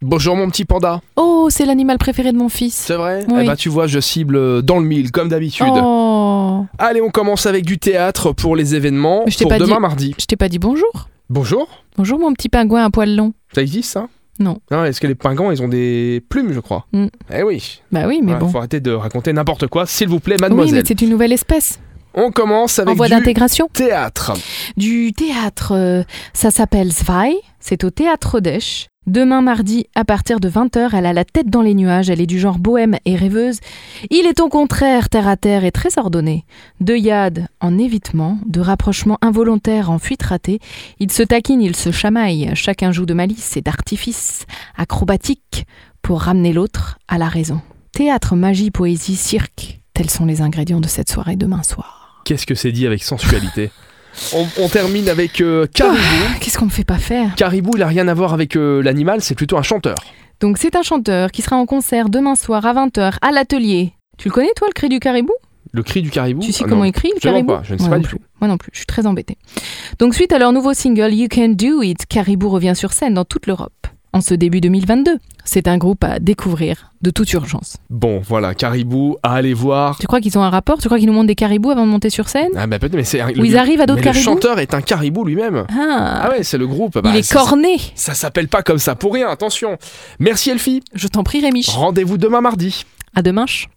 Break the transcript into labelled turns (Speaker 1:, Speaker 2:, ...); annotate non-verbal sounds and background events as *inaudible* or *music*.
Speaker 1: Bonjour mon petit panda.
Speaker 2: Oh, c'est l'animal préféré de mon fils.
Speaker 1: C'est vrai
Speaker 2: Oui.
Speaker 1: Eh ben tu vois, je cible dans le mille comme d'habitude.
Speaker 2: Oh,
Speaker 1: Allez, on commence avec du théâtre pour les événements
Speaker 2: Mais je t'ai
Speaker 1: pour
Speaker 2: pas
Speaker 1: demain
Speaker 2: dit.
Speaker 1: mardi.
Speaker 2: je t'ai pas dit bonjour.
Speaker 1: Bonjour.
Speaker 2: Bonjour mon petit pingouin à poil long.
Speaker 1: Ça existe ça
Speaker 2: Non.
Speaker 1: Est-ce que les pingouins ils ont des plumes, je crois
Speaker 2: Mm.
Speaker 1: Eh oui.
Speaker 2: Bah oui, mais
Speaker 1: Ouais,
Speaker 2: bon.
Speaker 1: Faut arrêter de raconter n'importe quoi, s'il vous plaît,
Speaker 2: Oui, mais
Speaker 1: mademoiselle.
Speaker 2: c'est une nouvelle espèce
Speaker 1: on commence
Speaker 2: en
Speaker 1: avec
Speaker 2: voie
Speaker 1: du
Speaker 2: d'intégration.
Speaker 1: théâtre.
Speaker 2: Du théâtre, euh, ça s'appelle Zvai, c'est au théâtre Odèche. Demain mardi, à partir de 20h, elle a la tête dans les nuages, elle est du genre bohème et rêveuse. Il est au contraire terre à terre et très ordonné. De yad en évitement, de rapprochement involontaire en fuite ratée, ils se taquinent, ils se chamaillent, chacun joue de malice et d'artifice, acrobatique, pour ramener l'autre à la raison. Théâtre, magie, poésie, cirque, tels sont les ingrédients de cette soirée demain soir.
Speaker 1: Qu'est-ce que c'est dit avec sensualité *laughs* on, on termine avec euh, Caribou.
Speaker 2: Qu'est-ce qu'on me fait pas faire
Speaker 1: Caribou, il a rien à voir avec euh, l'animal, c'est plutôt un chanteur.
Speaker 2: Donc c'est un chanteur qui sera en concert demain soir à 20h à l'atelier. Tu le connais toi le cri du caribou
Speaker 1: Le cri du caribou.
Speaker 2: Tu sais
Speaker 1: Ah
Speaker 2: comment
Speaker 1: non,
Speaker 2: il crie le
Speaker 1: absolument pas,
Speaker 2: caribou
Speaker 1: je ne sais
Speaker 2: Moi
Speaker 1: pas
Speaker 2: non
Speaker 1: du
Speaker 2: plus. Moi non plus, je suis très embêtée. Donc suite à leur nouveau single You Can Do It, Caribou revient sur scène dans toute l'Europe. En ce début 2022, c'est un groupe à découvrir de toute urgence.
Speaker 1: Bon, voilà, Caribou, à aller voir.
Speaker 2: Tu crois qu'ils ont un rapport Tu crois qu'ils nous montrent des caribous avant de monter sur scène
Speaker 1: Ah bah peut-être, mais c'est un-
Speaker 2: Ou
Speaker 1: le-
Speaker 2: ils arrivent à d'autres
Speaker 1: mais le
Speaker 2: caribous
Speaker 1: chanteur est un caribou lui-même.
Speaker 2: Ah,
Speaker 1: Ah ouais, c'est le groupe. Bah,
Speaker 2: Il est
Speaker 1: ça-
Speaker 2: corné
Speaker 1: Ça s'appelle pas comme ça pour rien, attention. Merci Elfie.
Speaker 2: Je t'en prie Rémi.
Speaker 1: Rendez-vous demain mardi.
Speaker 2: À demain. ch.